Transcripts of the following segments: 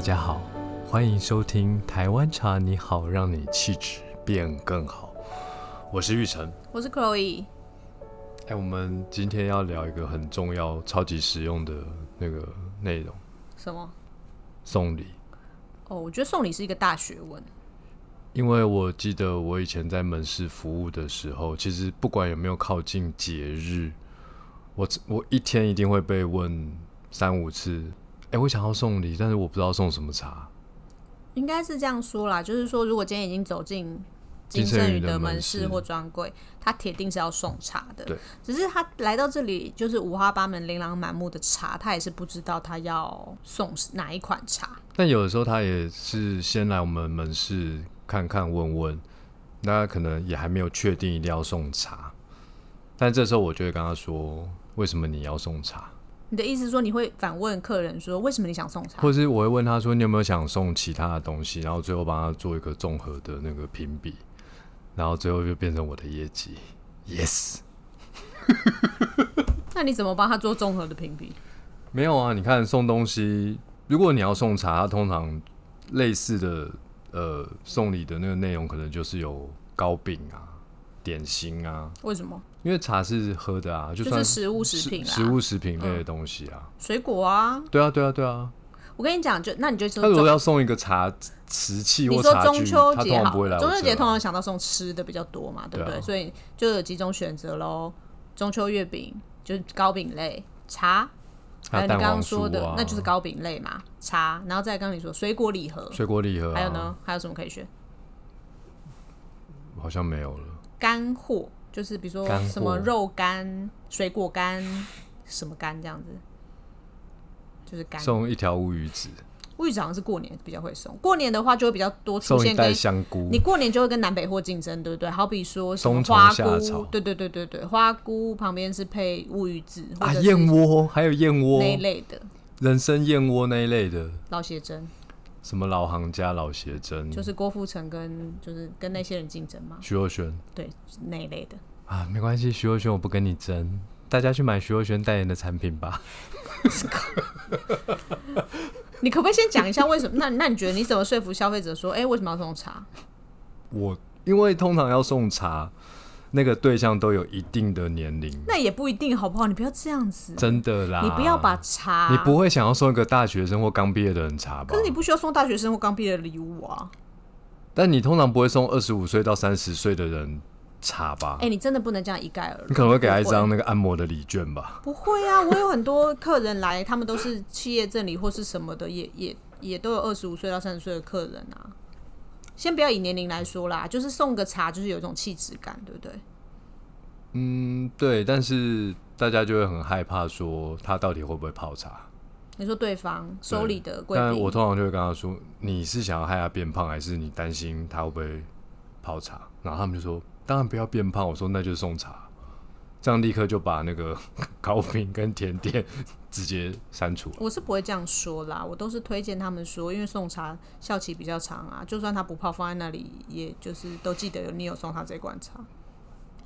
家好，欢迎收听《台湾茶你好》，让你气质变更好。我是玉成。我是 Chloe，哎、我们今天要聊一个很重要、超级实用的那个内容什么？ ——送礼。哦，我觉得送礼是一个大学问。因为我记得我以前在门市服务的时候，其实不管有没有靠近节日，我我一天一定会被问三五次：“哎、我想要送礼，但是我不知道送什么茶。应该是这样说啦，就是说，如果今天已经走进金金圣圣宇宇的的门门市市或专柜，他铁定是要送茶的。对，只是他来到这里，就是五花八门、琳琅满目的茶，他也是不知道他要送哪一款茶。”但有的时候他也是先来我们门市看看问问，那可能也还没有确定一定要送茶。但这时候我就会跟他说：“为什么你要送茶？”你的意思是说，你会反问客人说，为什么你想送茶？或是我会问他说你有没有想送其他的东西，然后最后帮他做一个综合的那个评比，然后最后就变成我的业绩。Yes，那你怎么帮他做综合的评比？没有啊，你看送东西，如果你要送茶，它通常类似的呃送礼的那个内容可能就是有糕饼啊、点心啊，为什么？因为茶是喝的啊，就就算是食物食品啦，嗯食物食品类的东西啊。水果啊。对啊，对啊，对啊。我跟你讲，就那你就他如果要送一个茶瓷器你或说茶中具，秋他节通常好不会来了，我中秋这节啊通常想到送吃的比较多嘛，对不对对？啊所以就有几种选择喽，中秋月饼就是糕饼类，茶，还有还有哎你蛋刚黄刚酥说的、啊，那就是糕饼类嘛，茶，然后再刚刚你说水果礼盒，水果礼盒、啊，还有？呢，还有什么可以选？好像没有了。干货，就是比如说干货什么肉干、水果干、什么干这样子，就是干。送一条乌鱼子，物语好像是过年比较会送，过年的话就会比较多出送一现跟袋香菇你，过年就会跟南北货竞争，对不对？好比说什冬么虫花夏草菇，对对对对对，花菇旁边是配乌鱼子或啊，者燕是窝，还有燕窝那，一类的人参燕窝那一类的，老写真，什么老行家、老邪真，就是郭富城跟就是跟那些人竞争嘛，徐若瑄对那一类的。啊，没关系，徐若瑄我不跟你争，大家去买徐若瑄代言的产品吧。你可不可以先讲一下为什么？那 那你觉得你怎么说服消费者说，哎、为什么要送茶？我因为通常要送茶，那个对象都有一定的年龄，那也不一定好不好？你不要这样子，真的啦，你不要把。茶，你不，会想要送一个大学生或刚毕业的人茶吧？可是你不需要送大学生或刚毕业的礼物啊。但你通常不会送二十五岁到三十岁的人茶吧？哎、你真的不能这样一概而论。你可能会给他一不张那个按摩的礼券吧？不会啊，我有很多客人来，他们都是企业证理或是什么的，也也也都有二十五岁到三十岁的客人啊。先不要以年龄来说啦，就是送个茶，就是有一种气质感，对不对？嗯，对，但是大家就会很害怕说他到底会不会泡茶。你说对方收礼的贵但宾，我通常就会跟他说：“你是想要害他变胖，还是你担心他会不会泡茶？”然后他们就说：“当然不要变胖。”我说：“那就送茶。”这样立刻就把那个 糕饼跟甜点直接删除了。我是不会这样说啦，我都是推荐他们说，因为送茶效期比较长啊，就算他不泡，放在那里，也就是都记得有你有送他这罐茶，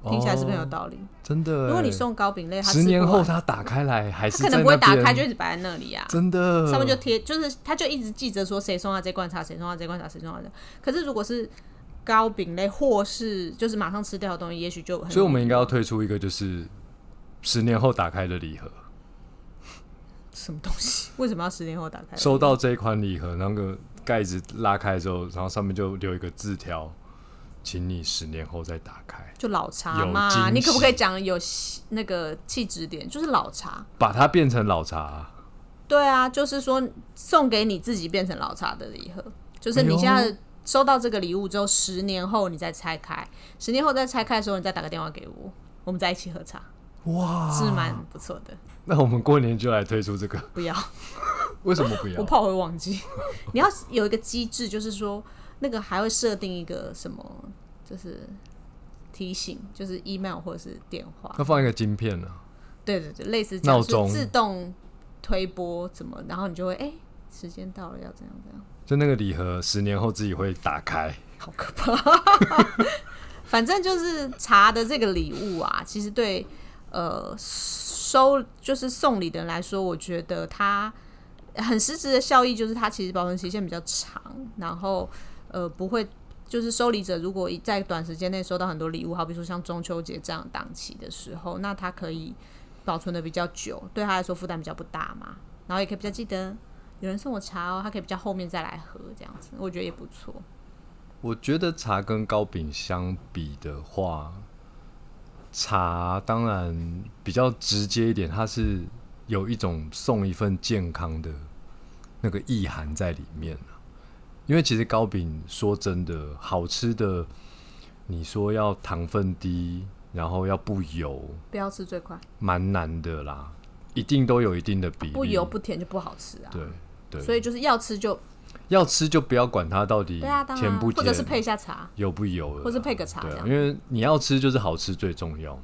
听起来是不是很有哦道理？真的欸？如果你送糕饼类，他十吃年不后完他打开来还他是可能在不会那打边开，就一直摆在那里啊。真的上面就贴，就是他就一直记着说谁送他这罐茶，谁送他这罐茶，谁送他这。可是如果是糕饼类或是就是马上吃掉的东西，也许就很。所以我们应该要推出一个就是十年后打开的礼盒。什么东西？ 为什么要十年后打开？收到这一款礼盒，那个盖子拉开之后，然后上面就留一个字条，请你十年后再打开，就老茶有惊嘛，喜你可不可以讲有细那个气质点？就是老茶。把它变成老茶。对啊，就是说送给你自己变成老茶的礼盒，就是哎你呦现在收到这个礼物之后，十年后你再拆开，十年后再拆开的时候，你再打个电话给我，我们在一起喝茶，哇，是蛮不错的。 那我们过年就来推出这个，不要。为什么不我要？怕我会忘记。 你要有一个机制，就是说那个还会设定一个什么，就是提醒，就是 email 或者是电话，要放一个晶片呢、啊？对对对，类似这样闹钟就是自动推播怎么，然后你就会哎、时间到了要怎样怎样，就那个礼盒，十年后自己会打开。好可怕。反正就是茶的这个礼物啊，其实对呃收就是送礼的人来说，我觉得他很实质的效益就是它其实保存期限比较长，然后呃不会。就是收礼者如果一在短时间内收到很多礼物，好比说像中秋节这样档期的时候，那他可以保存的比较久，对他来说负担比较不大嘛，然后也可以比较记得有人送我茶哦，他可以比较后面再来喝这样子，我觉得也不错。我觉得茶跟糕饼相比的话，茶当然比较直接一点，它是有一种送一份健康的那个意涵在里面啊因为其实糕饼说真的，好吃的，你说要糖分低，然后要不油，不要吃最快，蛮难的啦，一定都有一定的比例。啊不油不甜就不好吃啊。对对，所以就是要吃就要吃就不要管它到底对啊，当甜然不或甜，者是配一下茶，油不油了啦，或是配个茶对这啊，样因为你要吃就是好吃最重要嘛。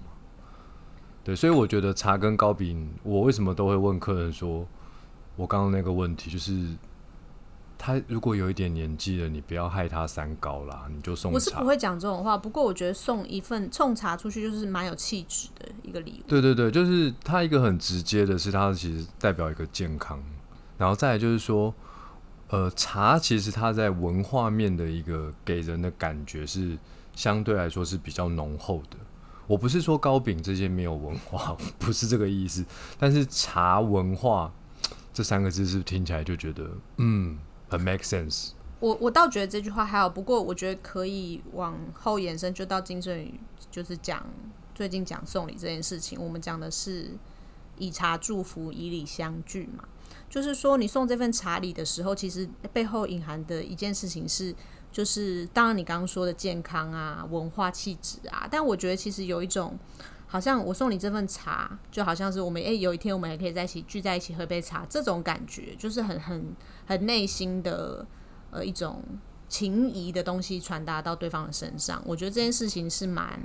对，所以我觉得茶跟糕饼，我为什么都会问客人说，我刚刚那个问题就是，他如果有一点年纪了，你不要害他三高啦，你就送我是茶不。会讲这种话，不过我觉得送一份冲茶出去就是蛮有气质的一个礼物。对对对，就是它一个很直接的是，它其实代表一个健康，然后再来就是说，呃，茶其实它在文化面的一个给人的感觉是相对来说是比较浓厚的。我不是说糕饼这些没有文化， 不是这个意思，但是茶文化这三个字是不是听起来就觉得嗯很 make sense。我我倒觉得这句话还好，不过我觉得可以往后延伸，就到金圣宇，就是讲最近讲送礼这件事情，我们讲的是以茶祝福，以礼相聚嘛。就是说，你送这份茶礼的时候，其实背后隐含的一件事情是，就是当然你刚刚说的健康啊、文化气质啊，但我觉得其实有一种，好像我送你这份茶，就好像是我们诶、有一天我们还可以在一起聚在一起喝杯茶，这种感觉就是很很很内心的呃一种情谊的东西传达到对方的身上。我觉得这件事情是蛮。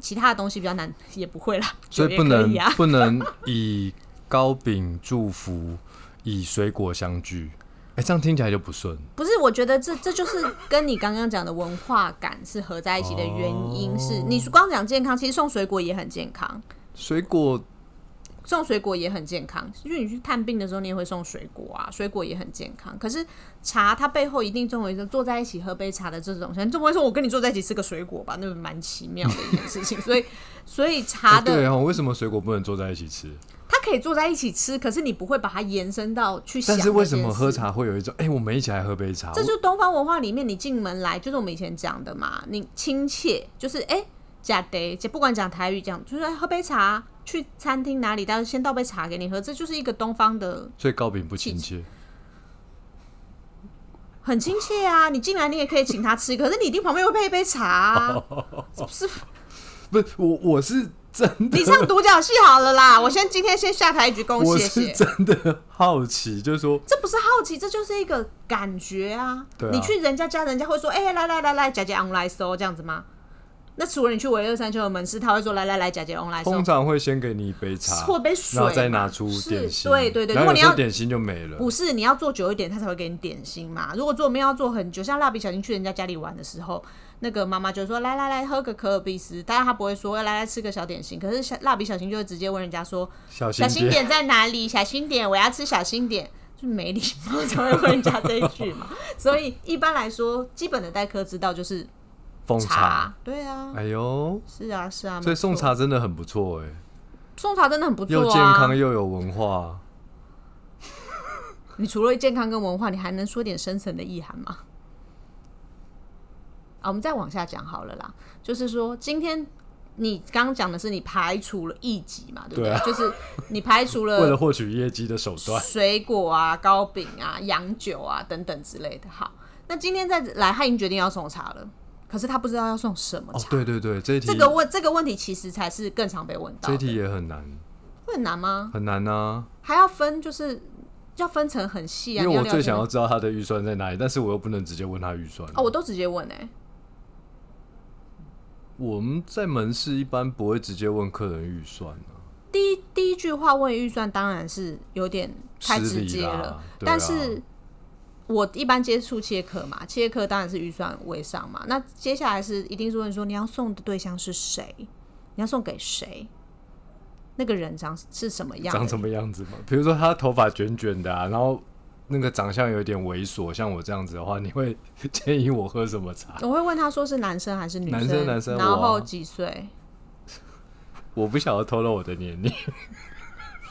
其他的东西比较难， 也不会啦，所酒以也不可能、以啊不能以糕饼祝福，以水果相聚。哎、这样听起来就不顺。不是，我觉得这这就是跟你刚刚讲的文化感是合在一起的原因。哦是你光讲健康，其实送水果也很健康，水果送水果也很健康，因为你去探病的时候，你也会送水果啊，水果也很健康。可是茶，它背后一定总有一个坐在一起喝杯茶的这种，你总不会说我跟你坐在一起吃个水果吧？那蛮奇妙的一件事情。 所以，所以茶哎的对哦，为什么水果不能坐在一起吃？它可以坐在一起吃，可是你不会把它延伸到去想。但是为什么喝？茶会有一种哎、我们一起来喝杯茶？这就是东方文化里面，你进门来就是我们以前讲的嘛，你亲切就是哎，假得，不管讲台语讲，就是哎喝杯茶，去餐厅哪里，但是先倒杯茶给你喝，这就是一个东方的所以糕饼不亲切。很亲切啊。你进来你也可以请他吃，可是你一定旁边会配一杯茶、啊，是不是？不是我，我是真的， 你唱独角戏好了啦，我先今天先下台一鞠躬，我谢是谢。真的好奇，就是说，这不是好奇，这就是一个感觉啊！对啊你去人家家，人家会说：“哎、来来来来，姐姐 on 来收这样子吗？”那除了你去维乐山丘的门市，他会说：“来来来，姐姐 on 来收通。常会先给你一杯茶，或杯水然后再嘛拿出是点心。对对对然如后有果你时候要点心就没了。不是，你要做久一点，他才会给你点心嘛。如果做没有要做很久，像蜡笔小新去人家家里玩的时候，那个妈妈就会说：“来来来，喝个可尔必斯。”当然他不会说：“来来吃个小点心。”可是小蜡笔小新就会直接问人家说：“小小心心点在哪里？小心点，我要吃小心点。就没礼貌 才会问人家这一句 嘛。所以一般来说，基本的待客之道就是奉茶。茶。对啊，哎呦，是啊，是啊。所以送没错，茶真的很不错哎、送茶真的很不错啊。又健康又有文化。你除了健康跟文化，你还能说点深层的意涵吗？啊，我们再往下讲好了啦。就是说，今天你刚刚讲的是你排除了异己嘛，对不对？对啊就是你排除 为了获取业绩的手段，水果啊、糕饼啊、洋酒啊等等之类的。好，那今天再来，他已经决定要送茶了，可是他不知道要送什么哦茶。，对对对，这一题这个问这个问题其实才是更常被问到这一的，题也很难，会很难吗？很难啊，还要分，就是要分成很细啊。因为你要我了最解想要知道他的预算在哪里，但是我又不能直接问他预算。啊哦，我都直接问哎、我们在门市一般不会直接问客人预算啊，第一第一句话问预算，当然是有点太直接失礼了啦。对啊但是，我一般接触切客嘛，切客当然是预算为上嘛。那接下来是一定是问说你要送的对象是谁，你要送给谁，那个人长是什么样的，长什么样子嘛？比如说他头发卷卷的、啊，然后那个长相有点猥琐，像我这样子的话，你会建议我喝什么 茶？我会问他说是男生还是女男生男生然我啊后几岁？我不想要透露我的年龄，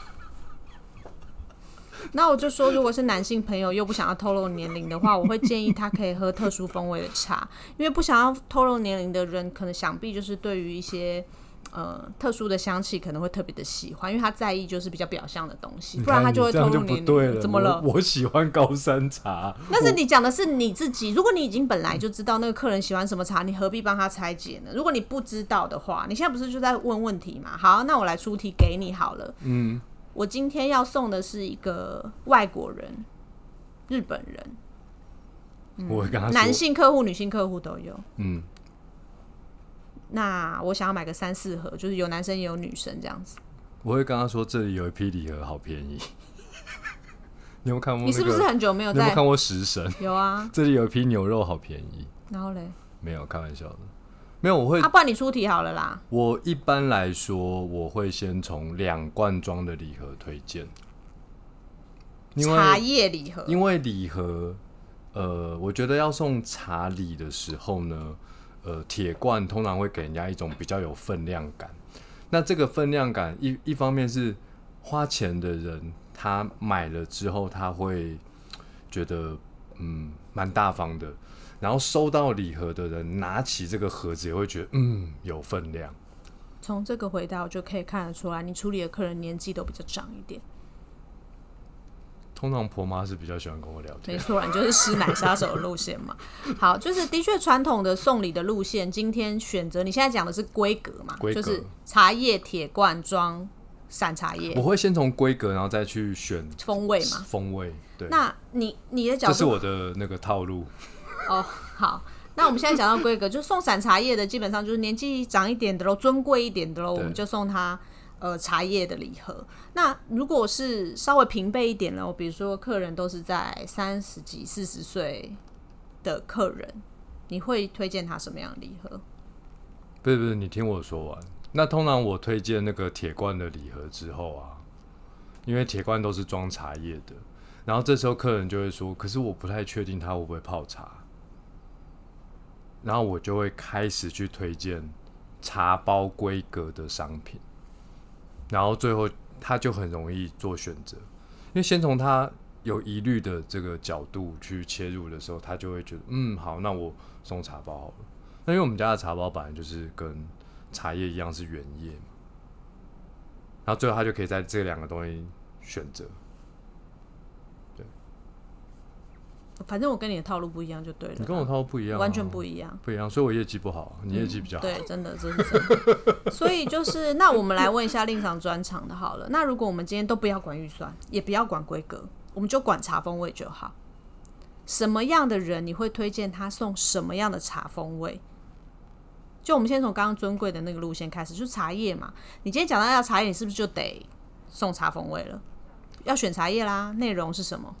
那我就说，如果是男性朋友又不想要透露年龄的话，我会建议他可以喝特殊风味的茶，因为不想要透露年龄的人，可能想必就是对于一些呃特殊的香气可能会特别的喜欢，因为他在意就是比较表象的东西，不然他你看会 你这透样就露不年对龄。了。怎么了？我？我喜欢高山茶，但是你讲的是你自己，如果你已经本来就知道那个客人喜欢什么茶，你何必帮他拆解呢？如果你不知道的话，你现在不是就在问问题嘛？好，那我来出题给你好了。嗯，我今天要送的是一个外国人，日本人，我会跟他说男性客户、女性客户都有。嗯，那我想要买个三四盒，就是有男生也有女生这样子。我会跟他说这里有一批礼盒，好便宜。 你有没有看过、那个？你是不是很久没有你有没在有？看过食神？有啊，这里有一批牛肉，好便宜。然后嘞，没有开玩笑的，没有。我会，啊，不然你出题好了啦。我一般来说，我会先从两罐装的礼盒推荐，因茶为叶礼盒，因为礼盒，呃，我觉得要送茶礼的时候呢，呃，铁罐通常会给人家一种比较有分量感。那这个分量感一一方面是花钱的人，他买了之后他会觉得嗯蛮大方的，然后收到礼盒的人拿起这个盒子也会觉得嗯有分量。从这个回答我就可以看得出来，你处理的客人年纪都比较长一点。通常婆妈是比较喜欢跟我聊天没，错啦，你就是师奶杀手的路 线嘛。好，就是的确传统的送礼的路线，今天选择你现在讲的是规格嘛，规格就是茶叶铁罐装散茶我叶会先从规格，然后再去选风味嘛。风味。对，那你你的角这是度我的那个套路。哦，好。那我们现在讲到规格，就是送散茶叶的，基本上就是年纪长一点的喽，尊贵一点的喽，我们就送他呃茶叶的礼盒。那如果是稍微平辈一点喽，比如说客人都是在三十几、四十岁的客人，你会推荐他什么样的礼盒？不是不是，你听我说完。那通常我推荐那个铁罐的礼盒之后啊，因为铁罐都是装茶叶的，然后这时候客人就会说：“可是我不太确定它会不会泡茶。”然后我就会开始去推荐茶包规格的商品，然后最后他就很容易做选择，因为先从他有疑虑的这个角度去切入的时候，他就会觉得：“嗯，好，那我送茶包好了。”那因为我们家的茶包本来就是跟茶叶一样是原叶嘛，然后最后他就可以在这两个东西选择。反正我跟你的套路不一样就对了啦，你跟我套路不一样、啊完全不一一样。不一样，所以我业绩不好，啊你业绩比较好。对，真的，这是真的。 所以就是，那我们来问一下令场专场的好了。那如果我们今天都不要管预算，也不要管规格，我们就管茶风味就好。什么样的人你会推荐他送什么样的茶风味？就我们先从刚刚尊贵的那个路线开始，就是茶叶嘛。你今天讲到要茶叶，你是不是就得送茶风味了？要选茶叶啦，内容是什么？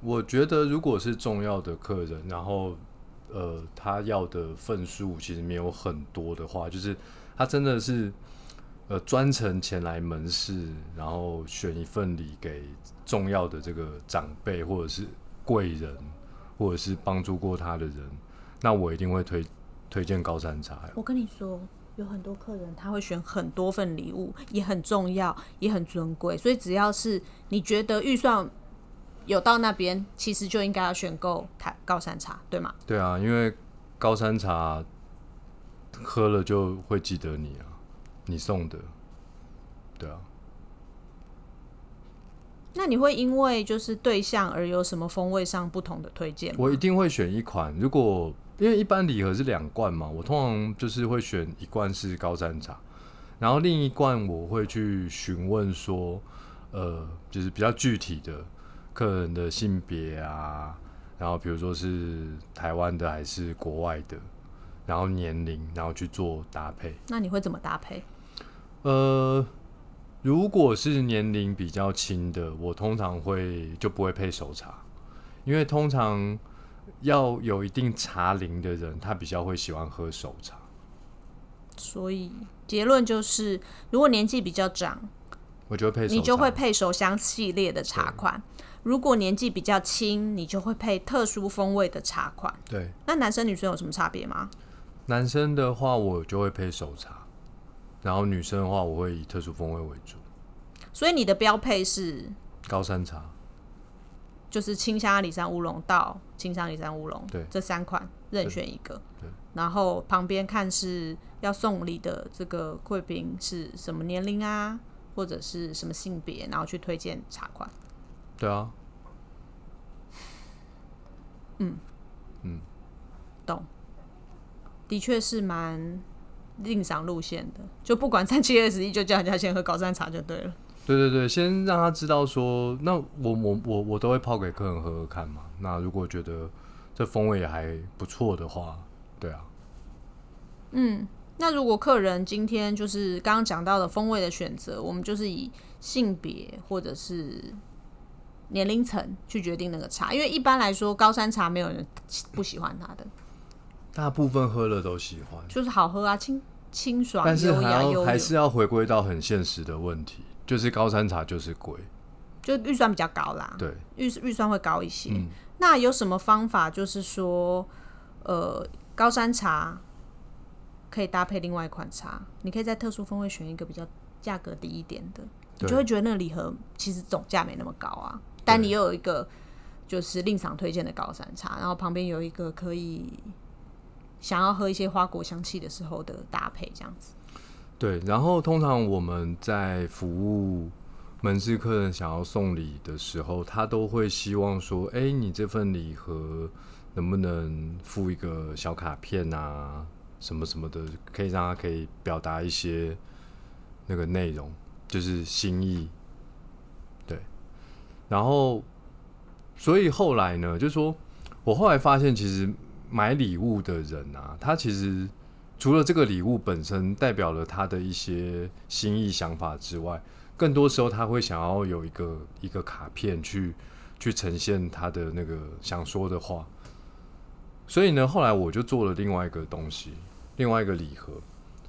我觉得如果是重要的客人，然后呃，他要的份数其实没有很多的话，就是他真的是呃专程前来门市，然后选一份礼给重要的这个长辈或者是贵人，或者是帮助过他的人，那我一定会推推荐高山茶。我跟你说，有很多客人他会选很多份礼物，也很重要，也很尊贵，所以只要是你觉得预算有到那边，其实就应该要选购台高山茶，对吗？对啊，因为高山茶喝了就会记得你啊，你送的，对啊。那你会因为就是对象而有什么风味上不同的推荐吗？我一定会选一款。如果因为一般礼盒是两罐嘛，我通常就是会选一罐是高山茶，然后另一罐我会去询问说，呃，就是比较具体的客人的性别啊，然后比如说是台湾的还是国外的，然后年龄，然后去做搭配。那你会怎么搭配？呃，如果是年龄比较轻的，我通常会就不会配熟茶，因为通常要有一定茶龄的人，他比较会喜欢喝熟茶。所以结论就是，如果年纪比较长，我就会配手你就会茶配手香系列的茶款；如果年纪比较轻，你就会配特殊风味的茶款。对那男生女生有什么差别吗？男生的话，我就会配手茶，然后女生的话，我会以特殊风味为主，所以你的标配是高山茶。就是清香阿里山乌龙到清香阿里山乌龙，对这三款任选一个对，然后旁边看是要送礼的这个贵宾是什么年龄啊，或者是什么性别，然后去推荐茶款。对啊，的确是蛮另赏路线的，就不管三七二十一，就叫人家先喝高山茶就对了。对对对，先让他知道说，那我我我我都会泡给客人喝喝看嘛。那如果觉得这风味也还不错的话，对啊，那如果客人今天就是刚刚讲到的风味的选择，我们就是以性别或者是年龄层去决定那个茶，因为一般来说高山茶没有人不喜欢它的，大部分喝了都喜欢，就是好喝啊，清清爽、但是优还雅、优要还越，是要回归到很现实的问题，就是高山茶就是贵，就预算比较高啦，对，预预算会高一些。嗯那有什么方法就是说，呃，高山茶可以搭配另外一款茶，你可以在特殊风味选一个比较价格低一点的，你对就会觉得那个礼盒其实总价没那么高啊，但你又有一个就是令赏推荐的高山茶，然后旁边有一个可以想要喝一些花果香气的时候的搭配，这样子。对，然后通常我们在服务门市客人想要送礼的时候，他都会希望说：“哎，你这份礼盒能不能附一个小卡片啊，什么什么的，可以让他可以表达一些那个内容，就是心意。”对，然后所以后来呢，就说我后来发现，其实买礼物的人啊，他其实除了这个礼物本身代表了他的一些心意想法之外，更多时候他会想要有一个一个卡片去去呈现他的那个想说的话。所以呢，后来我就做了另外一个东西，另外一个礼盒，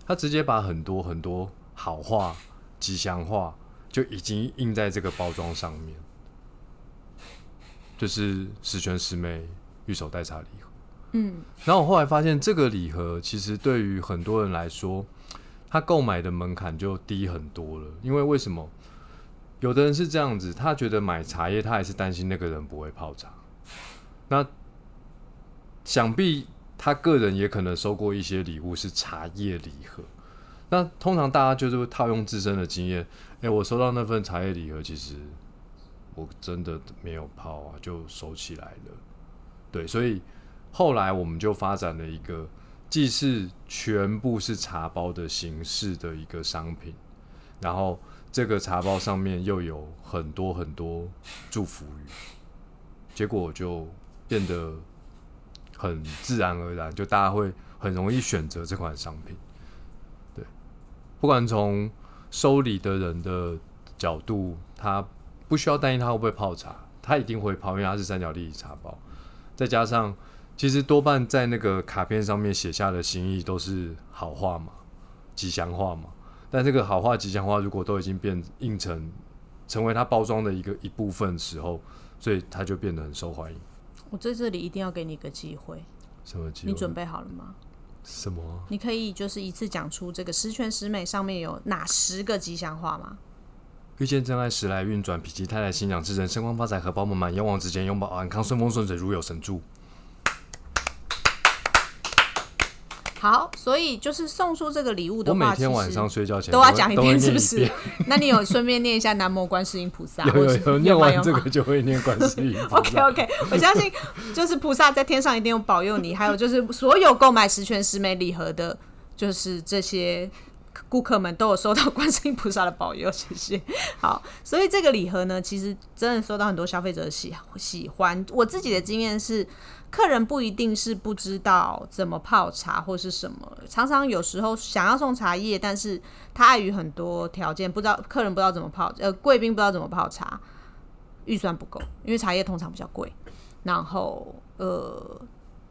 他直接把很多很多好话、吉祥话就已经印在这个包装上面，就是十全十美玉手代茶礼盒。嗯，然后我后来发现，这个礼盒其实对于很多人来说，他购买的门槛就低很多了。因为为什么？有的人是这样子，他觉得买茶叶，他还是担心那个人不会泡茶。那想必他个人也可能收过一些礼物是茶叶礼盒。那通常大家就是会套用自身的经验，诶，我收到那份茶叶礼盒，其实我真的没有泡啊，就收起来了。对，所以后来我们就发展了一个既是全部是茶包的形式的一个商品，然后这个茶包上面又有很多很多祝福语，结果就变得很自然而然，就大家会很容易选择这款商品。对，不管从收礼的人的角度，他不需要担心他会不会泡茶，他一定会泡，因为它是三角立体茶包，再加上。其实多半在那个卡片上面写下的心意都是好话嘛，吉祥话嘛。但这个好话、吉祥话如果都已经变印成成为它包装的一个一部分时候，所以它就变得很受欢迎。我在这里一定要给你一个机会，什么机你会？准备好了吗？什么啊？你可以就是一次讲出这个十全十美上面有哪十个吉祥话吗？遇见真爱时来运转，否极泰来心想事成，升官发财荷包满满，勇往直前拥抱安康，顺风顺水如有神助。好，所以就是送出这个礼物的我每话，其实天晚上睡觉前都要讲一都会遍，念是不一是遍？ 那你有顺便念一下南无观世音菩萨？有或有是有，念吗 完有吗这个就会念观世音 菩 OK 萨。 OK，我相信就是菩萨在天上一定有保佑你，还有就是所有购买十全十美礼盒的，就是这些顾客们都有收到 观世音菩萨的保佑，谢谢。好，所以这个礼盒呢，其实真的受到很多消费者的喜喜欢。我自己的经验是，客人不一定是不知道怎么泡茶或是什么，常常有时候想要送茶叶，但是他碍于很多条件，不知道客人不知道怎么泡，呃，贵宾不知道怎么泡茶，预算不够，因为茶叶通常比较贵，然后呃，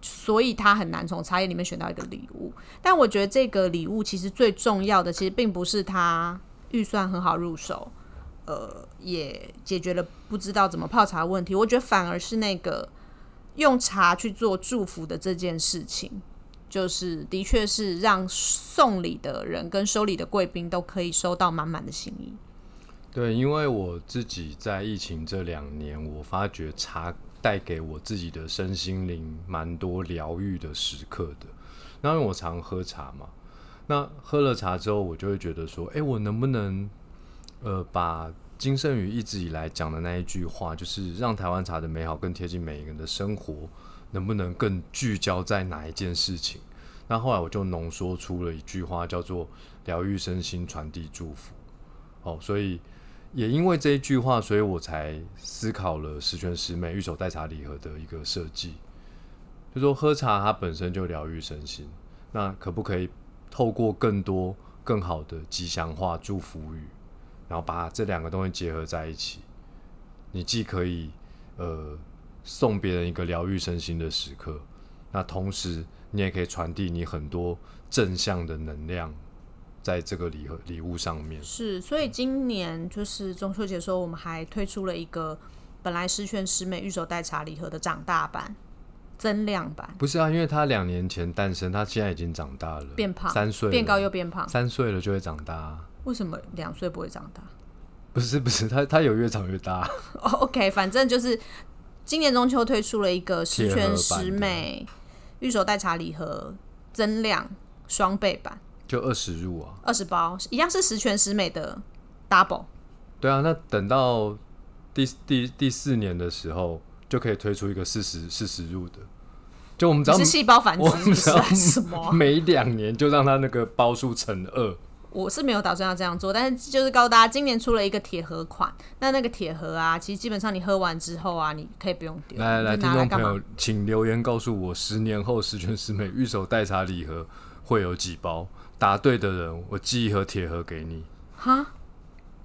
所以他很难从茶叶里面选到一个礼物。但我觉得这个礼物其实最重要的，其实并不是他预算很好入手，呃，也解决了不知道怎么泡茶的问题。我觉得反而是那个用茶去做祝福的这件事情，就是的确是让送礼的人跟收礼的贵宾都可以收到满满的心意。对，因为我自己在疫情这两年，我发觉茶带给我自己的身心灵蛮多疗愈的时刻的。那因为我常喝茶嘛，那喝了茶之后，我就会觉得说，哎，我能不能呃把金圣宇一直以来讲的那一句话，就是让台湾茶的美好更贴近每一个人的生活，能不能更聚焦在哪一件事情？那后来我就浓缩出了一句话，叫做“疗愈身心，传递祝福”。哦，所以也因为这一句话，所以我才思考了十全十美御手代茶礼盒的一个设计。就说喝茶它本身就疗愈身心，那可不可以透过更多更好的吉祥话、祝福语，然后把这两个东西结合在一起？你既可以呃送别人一个疗愈身心的时刻，那同时你也可以传递你很多正向的能量在这个礼盒礼物上面。是，所以今年就是中秋节的时候，我们还推出了一个本来十全十美御手代茶礼盒的长大版、增量版，不是啊，因为他两年前诞生，他现在已经长大了，变胖、三岁了变高又变胖。三岁了就会长大啊、为什么两岁不会长大、不是不是，他他有越长越大， 哦 o k 反正就是今年中秋推出了一个结十合全版十美御手代茶礼盒增量双倍版，就二十入啊。二十包，一样是十全十美的 double。对啊，那等到第第第四年的时候，就可以推出一个四十四十入的，就我们只你要是细胞繁殖我是不们只是要还是什么啊？ 每两年就让他那个包数乘二。我是没有打算要这样做，但是就是告诉大家，今年出了一个铁盒款。那那个铁盒啊，其实基本上你喝完之后啊，你可以不用丢，来来来，你听就拿来众干朋嘛？友，请留言告诉我，十年后十全十美御手代茶礼盒会有几包？答对的人，我寄一盒铁盒给你。哈，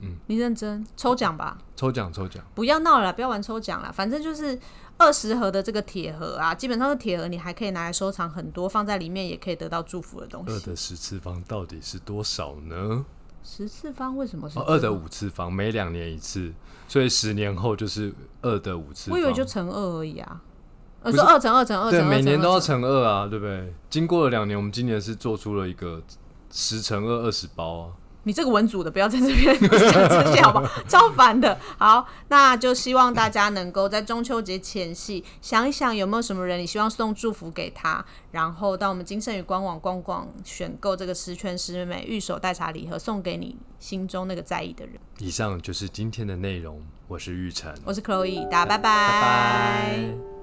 嗯，你认真抽奖吧，抽奖抽奖，不要闹了啦，不要玩抽奖了，反正就是二十盒的这个铁盒啊，基本上是铁盒，你还可以拿来收藏很多，放在里面也可以得到祝福的东二西。的十次方到底是多少呢？十次方为什么是哦，这样二的？五次方，每两年一次，所以十年后就是二的五次我方。以为就乘二而已啊。我不是说二乘二乘二乘对，二，每年都要乘乘二啊，对不对？经过了两年，我们今年是做出了一个十乘二二十包啊。二。你这个文组的，不要在这边 讲这些好不好？超烦的。好，那就希望大家能够在中秋节前夕想一想，有没有什么人你希望送祝福给他，然后到我们金盛宇官网逛逛，选购这个十全十美御手代茶礼盒，送给你心中那个在意的人。以上就是今天的内容，我是玉成，我是 Chloe，大家拜拜拜。